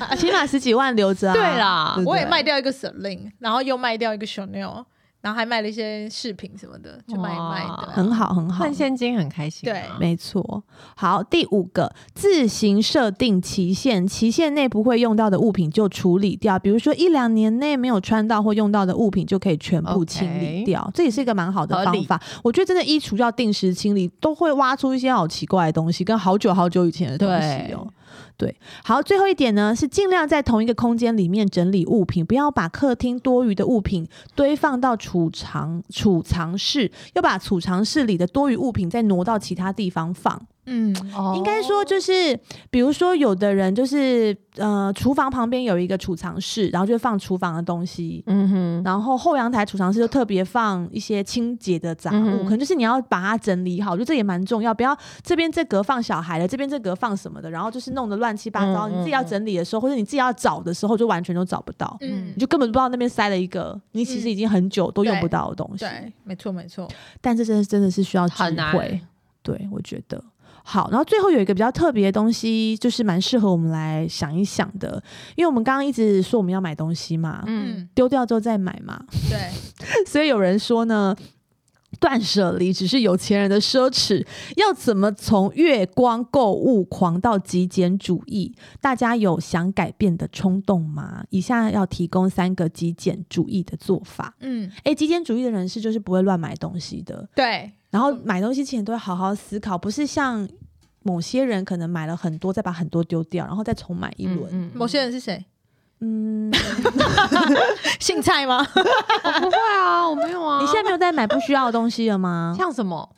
啊起码十几万留着啊。
对啦
对不对
我也卖掉一个 Celine，然后又卖掉一个 Chanel，然后还卖了一些饰品什么的，就卖
哇
卖的。啊
很好，很好
换。现金很开心啊，
对
没错，好，第五个，自行设定期限，期限内不会用到的物品就处理掉，比如说一两年内没有穿到或用到的物品就可以全部清理
OK
掉这也是一个蛮好的
合
方
理
法。我觉得真的衣橱要定时清理，都会挖出一些好奇怪的东西，跟好久好久以前的东西哦、对，好，最后一点呢是尽量在同一个空间里面整理物品，不要把客厅多余的物品堆放到储藏储藏室，又把储藏室里的多余物品再挪到其他地方放。
嗯，
哦
应该说就是，比如说有的人就是呃，厨房旁边有一个储藏室，然后就放厨房的东西。
嗯哼，
然后后阳台储藏室就特别放一些清洁的杂物，
嗯哼
可能就是你要把它整理好，我觉得这也蛮重要。不要这边这格放小孩的，这边这格放什么的，然后就是弄得乱七八糟。
嗯嗯
你自己要整理的时候，或者你自己要找的时候，就完全都找不到，
嗯
你，就根本不知道那边塞了一个你其实已经很久都用不到的东西。
对，没错没错，
但这真的真的是需要智
很难
慧，对我觉得。好，然后最后有一个比较特别的东西，就是蛮适合我们来想一想的，因为我们刚刚一直说我们要买东西嘛，
嗯
嗯，
丢掉之后再买嘛，
对，
所以有人说呢，断舍离只是有钱人的奢侈，要怎么从月光购物狂到极简主义？大家有想改变的冲动吗？以下要提供三个极简主义的做法。
嗯，
诶，极简主义的人士就是不会乱买东西的，
对，
然后买东西前都会好好思考，不是像某些人可能买了很多，再把很多丢掉，然后再重买一轮。
嗯嗯
某些人是谁？
嗯，
姓
*laughs*
蔡吗？
我不会啊，我没有啊。
*laughs* 你现在没有再买不需要的东西了吗？ *laughs*
像什么？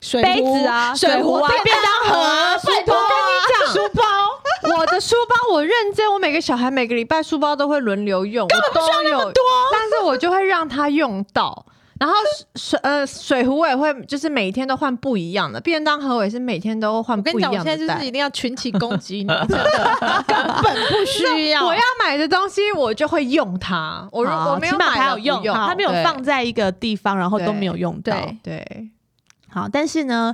水
杯
壶
子啊、
水壶啊，
便当盒啊、书
拜
包
托
啊
跟你讲，
书包，
我的书包我认真，我每个小孩每个礼拜书包都会轮流用，我都有多，但是我就会让他用到。然后水呃水壶我也会，就是每天都换不一样的，便当盒我也是每天都换
*laughs* 我跟
不一
你讲，我
样
现在
的
就
袋
是一。定要群起攻 *laughs* 击你，真的根本不需要。啊
我要买的东西我就会用它，我如
哦好
我没有
起码
买
还
了
有
不
用，它没有
对
放在一个地方，然后都
对
没有用到
对。
对，
好，但是呢，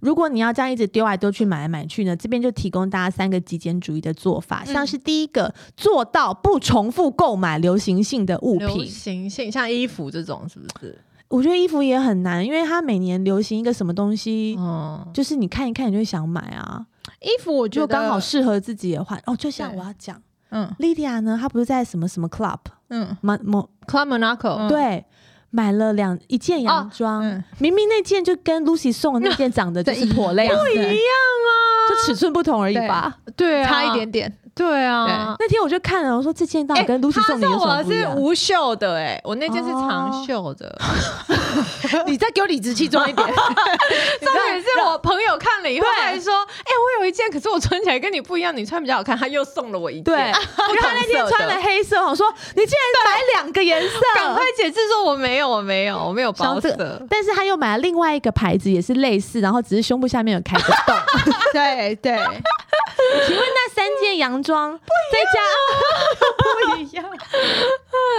如果你要这样一直丢来丢去、买来买去呢，这边就提供大家三个极简主义的做法，像
嗯
是第一个，做到不重复购买流行性的物
流
品。
行性像衣服这种是不是？
我觉得衣服也很难，因为它每年流行一个什么东西，
嗯，
就是你看一看你就会想买啊，
衣服，我觉
就
得
刚好，适合自己的话，哦，就像
对
我要讲
嗯
Lydia 呢，她不是在什么什么 club
嗯
吗？某
Club Monaco，、
嗯
对。买了两一件洋
哦
装，
嗯，
明明那件就跟 Lucy 送的那件长得
*laughs*
就
对
是破类，
不一样
啊
就尺寸不同而已吧。
对啊，
差一，点点，
对啊。
那天我就看了，我说这件到底啊跟 Lucy 送你有什
哎我
么不一
是
样？
无袖的哎、我那件是长
哦
袖的。
*laughs* 你再给我理直气壮一点。
重点是我朋友看了以后还说：“哎、我有一件，可是我穿起来跟你不一样，你穿比较好看。”他又送了我一件。
对，然后
然 *laughs*
那天穿了，黑色，我说你竟然买两个颜色，
*laughs* 赶快解释说我没有，我没有，我没有包
想这 *laughs*
色。
但是他又买了另外一个牌子，也是类似，然后只是胸部下面有开个
*laughs*
洞。
对 *laughs* 对，
请问那三件洋装再加
不一样。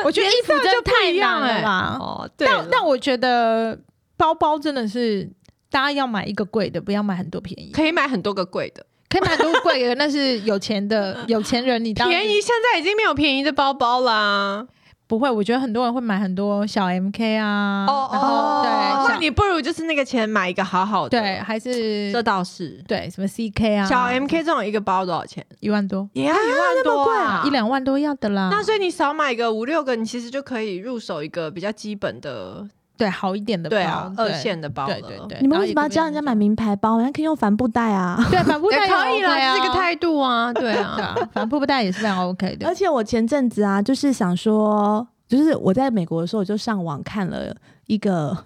我觉得衣服真的太难了吧？
哦，对了
但但我觉得包包真的是。大家要买一个贵的，不要买很多便宜。
可以买很多个贵的，
可以买很多贵的，那是有钱 *laughs* 的有钱人，你当然
便宜现在已经没有便宜的包包啦。
不会，我觉得很多人会买很多小 MK
哦
啊，然后对，
那
像
你不如就是那个钱买一个好好的。
对，还是
这倒是。
对什么 CK 啊，
小 MK 这种一个包多少钱？
一万多，
也要一万多啊
一两万都要的啦。
那所以你少买个五六个，你其实就可以入手一个比较基本的，
对好一点的包，
对啊，二线的包了。
对对对。
你们为什么要教人家买？名牌包？人家可以用帆布袋啊。
对，
*laughs*
帆布
也
袋
可以啦，
了，
这是一个
*laughs*
态度啊，对
对
啊，
啊，帆布袋也是非常 OK
而
*laughs*
的。
且我前阵子啊，就是想说，就是我在美国的时候，我就上网看了一个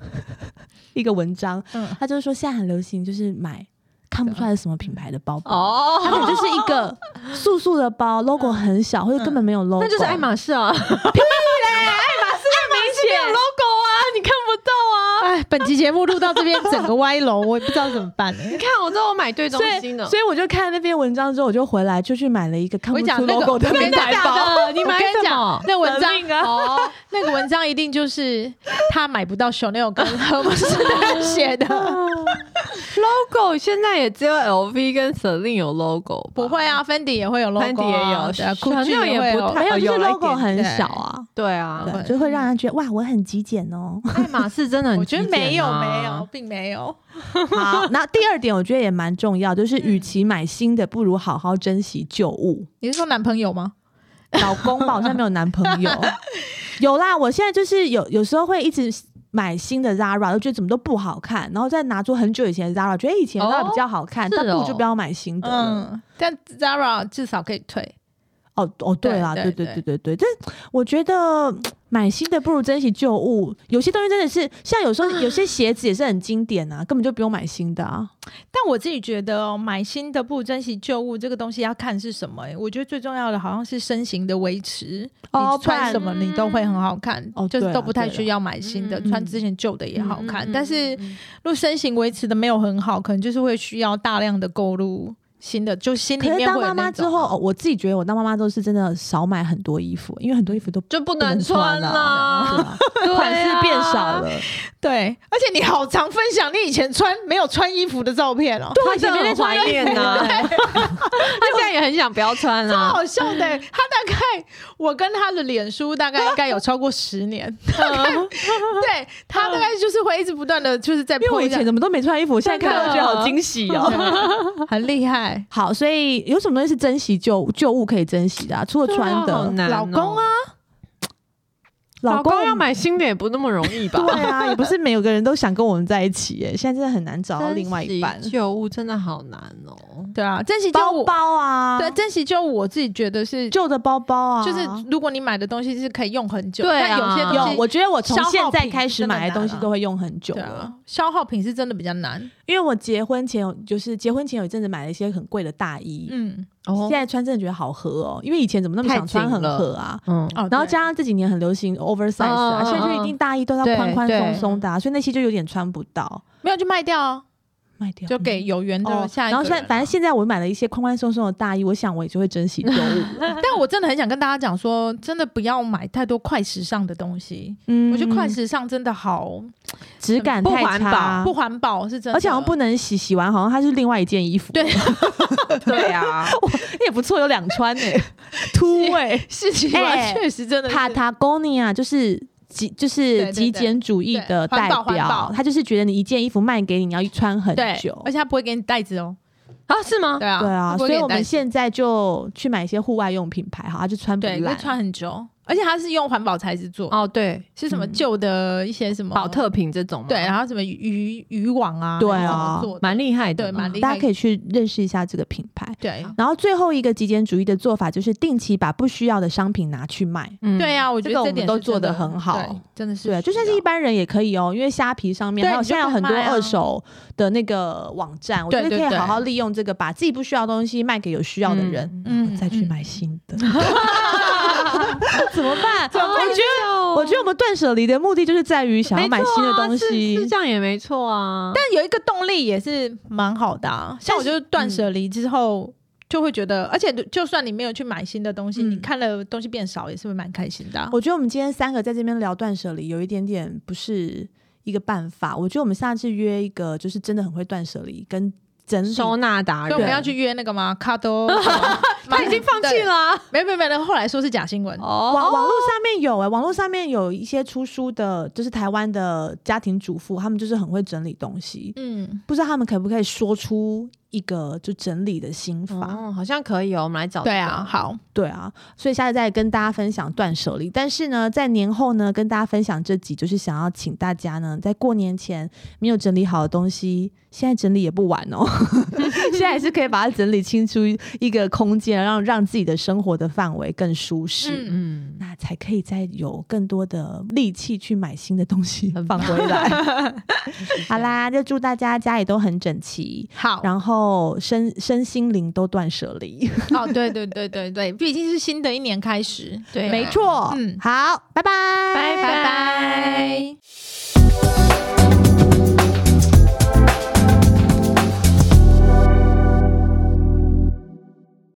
*laughs* 一个文章，
嗯，
他就是说现在很流行，就是买看不出来是什么品牌的包包，
哦，
它可能就是一个素素的包，logo 很小，或者根本没有 logo，
*laughs* 那就是爱马仕 *laughs* 啊，屁嘞，爱马仕没有 logo 啊，你看不到啊。
哎，本期节目录到这边，整个歪楼，我也不知道怎么
*laughs*
办。
你看，我知道我买对东
所以
西，了。
所以我就看那篇文章之后，我就回来就去买了一个看
我
不
跟你讲
出
那个
logo 的名牌
假
包。
的，你
我
买
跟你
什
讲
么，？
那文章
哦，
那个文章一定就是他买不到 Chanel 跟 Hermes 写
*laughs*
的，
logo 现在也只有 LV 跟 Celine 有 logo，吧
不会啊，Fendi 也会有 logo，
Fendi 也有
对
Chanel
啊，Gucci
也
会有
不太
还有就
有
是
啦一
logo
点
很
对
小啊，
对啊，
对，
对
就会让人觉得哇，我很极简哦。
爱马仕真的很
我
极
觉
简啊、
得没有，没有，并没有。
好，那第二点我觉得也蛮重要，就是与
嗯
其买新的，不如好好珍惜旧物。
你是说男朋友吗？
老公吧，我现在没有男朋友。有啦，我现在就是有有时候会一直买新的 Zara，就觉得怎么都不好看，然后再拿出很久以前的 Zara，觉得以前的 Zara
哦
比较好看，
是
但不如
哦
就不要买新的了。
嗯，但 Zara 至少可以退。
哦哦，对
对
啦，对
对
对对
对
对对，但我觉得。买新的不如珍惜旧物，有些东西真的是，像有时候有些鞋子也是很经典啊，根本就不用买新的啊。
但我自己觉得哦，买新的不如珍惜旧物，这个东西要看是什么、欸。我觉得最重要的好像是身形的维持，
哦
你穿什么
不然
你都会很好看，
哦
就
对
是
啊嗯
都不太需要买新的，
对啊
穿之前旧的也好看。
嗯嗯
但是
嗯
如果身形维持的没有很好，可能就是会需要大量的购入新的，就心里
可是
面
当
会有
妈妈
那
之
种
后，哦我自己觉得我当妈妈之后是真的少买很多衣服，因为很多衣服都
就不
不
能
能
穿
了，
了，
对啊款
对啊
式变少
哎
了。
对，而且你好常分享你以前穿没有穿衣服的照片
啊
哦，
他真的很怀念呐，他现在也很想不要穿
超 *laughs*
啊。
好笑的欸、他大概我跟他的脸书大概应该有超过十年， *laughs* 对他大概就是会一直不断的就是在
因为我
po
以
一下
前怎么都没穿衣服，我现在看到觉得好惊喜哦。
对很厉
*laughs*
害。
好，所以有什么东西是珍惜旧旧物可以珍惜的、啊？除了穿
对啊好
的，
难哦
老公啊，
老
公
公要买新的也不那么容易吧？
对啊，也不是每个人都想跟我们在一起耶。现在真的很难找到另外一半
珍，惜旧物真的好难哦。
对啊，珍惜旧
包
物，
包啊，
对，珍惜旧物，我自己觉得是，
旧的包包啊，
就是如果你买的东西是可以用很久，
对啊
但有些东
有，
西
我觉得我从
消耗
现在
品
开始
真的
买的
难
东西
啊
都会用很久
对
了。
啊，消耗品是真的比较难。
因为我结婚前有，就是结婚前有一阵子买了一些很贵的大衣，
嗯，
现
哦，
在穿真的觉得好合哦。因为以前怎么那么
太
想穿
紧
很
了
合啊，
嗯，
哦，
然后
对
加上这几年很流行 oversize 啊，
嗯嗯
现在就一定大衣都要
对
宽宽
对
松松的、啊，所以那些就有点穿不到，
没有就卖掉啊，
卖掉
就给有缘
哦
的下一
然后
个人啊。
现在反正现在我买了一些宽宽松松的大衣，我想我也就会珍惜旧物。
*laughs* 但我真的很想跟大家讲说，真的不要买太多快时尚的东西。
嗯
我觉得快时尚真的好
质感
不
太
环保
差
不环保，是真的。
而且好像不能洗，洗完好像它是另外一件衣服，
对，
对啊，
也不错，有两穿
*laughs*
呢、突 *laughs*
对，是情
哎
确实真的是
Patagonia 就是极就
对
是
对
极
对
简主义
对
的
环
代
保环
表
保，
他就是觉得你一件衣服卖给你，你要穿很
对
久，。
而且他不会给你袋子哦。
*laughs* 啊是吗？
对啊，
对
它
啊，
不
所
会给
以
你
我
袋
们
子
现在就去买一些户外用品牌，好，它就穿不
对会
烂。嗯
穿很久，而且它是用环保材质做，
哦对，
是什么
嗯
旧的一些什么
保特瓶这种吗
对，然后什么渔渔网啊，
对啊
还是什么做的
蛮厉害的，
对蛮厉害
大家可以去认识一下这个品牌。
对
然后最后一个极简主义的做法就是定期把不需要的商品拿去卖。
嗯
对啊，我觉
这个
得
我
这
们
点
都
是
做
真
得
的
很好
对真的是
对，就算
需
是
要
一般人也可以哦，因为虾皮上面
对
还有
你就
现在有很多
可以卖啊
二手的那个网站，我觉得可
对对
以
对
好好利用这个，把自己不需要的东西卖给有需要的人。
嗯
再去
嗯
买新
*laughs*
的，怎么办？
怎么
我觉
哦
得，我觉得我们断舍离的目的就是在于想要买新的东
没错啊是
西
是。这样也没错啊。
但有一个动力也是蛮好的、啊，像我就是断舍离之后。就会觉得，而且就算你没有去买新的东西，
嗯
你看了东西变少，也是会蛮开心的啊、
我觉得我们今天三个在这边聊断舍离，有一点点不是一个办法。我觉得我们下次约一个，就是真的很会断舍离跟整理
收纳达
所以
人，
我们要去约那个吗？卡多， *laughs* 他
他已经放弃，了啊
对没没没，后来说是假新闻，
网
哦，
网络上面有哎、网络上面有一些出书的，就是台湾的家庭主妇，他们就是很会整理东西，
嗯，
不知道他们可不可以说出一个就整理的心法？
哦，好像可以哦，我们来找这个
对啊，，好，
对啊，所以下次再跟大家分享断舍离。但是呢，在年后呢，跟大家分享这集，就是想要请大家呢，在过年前没有整理好的东西，现在整理也不晚哦， *laughs* 现在还是可以把它整理清出一个空间，让让自己的生活的范围更舒适。
嗯
嗯，
那才可以再有更多的力气去买新的东
*laughs*
西
嗯
放回来。好啦，就祝大家家里都很整齐，
好，
然后身身心灵都断舍离。
哦，对对对对对，毕竟是新的一年开始，对啊，
没错，
嗯
好，拜拜，
拜拜拜。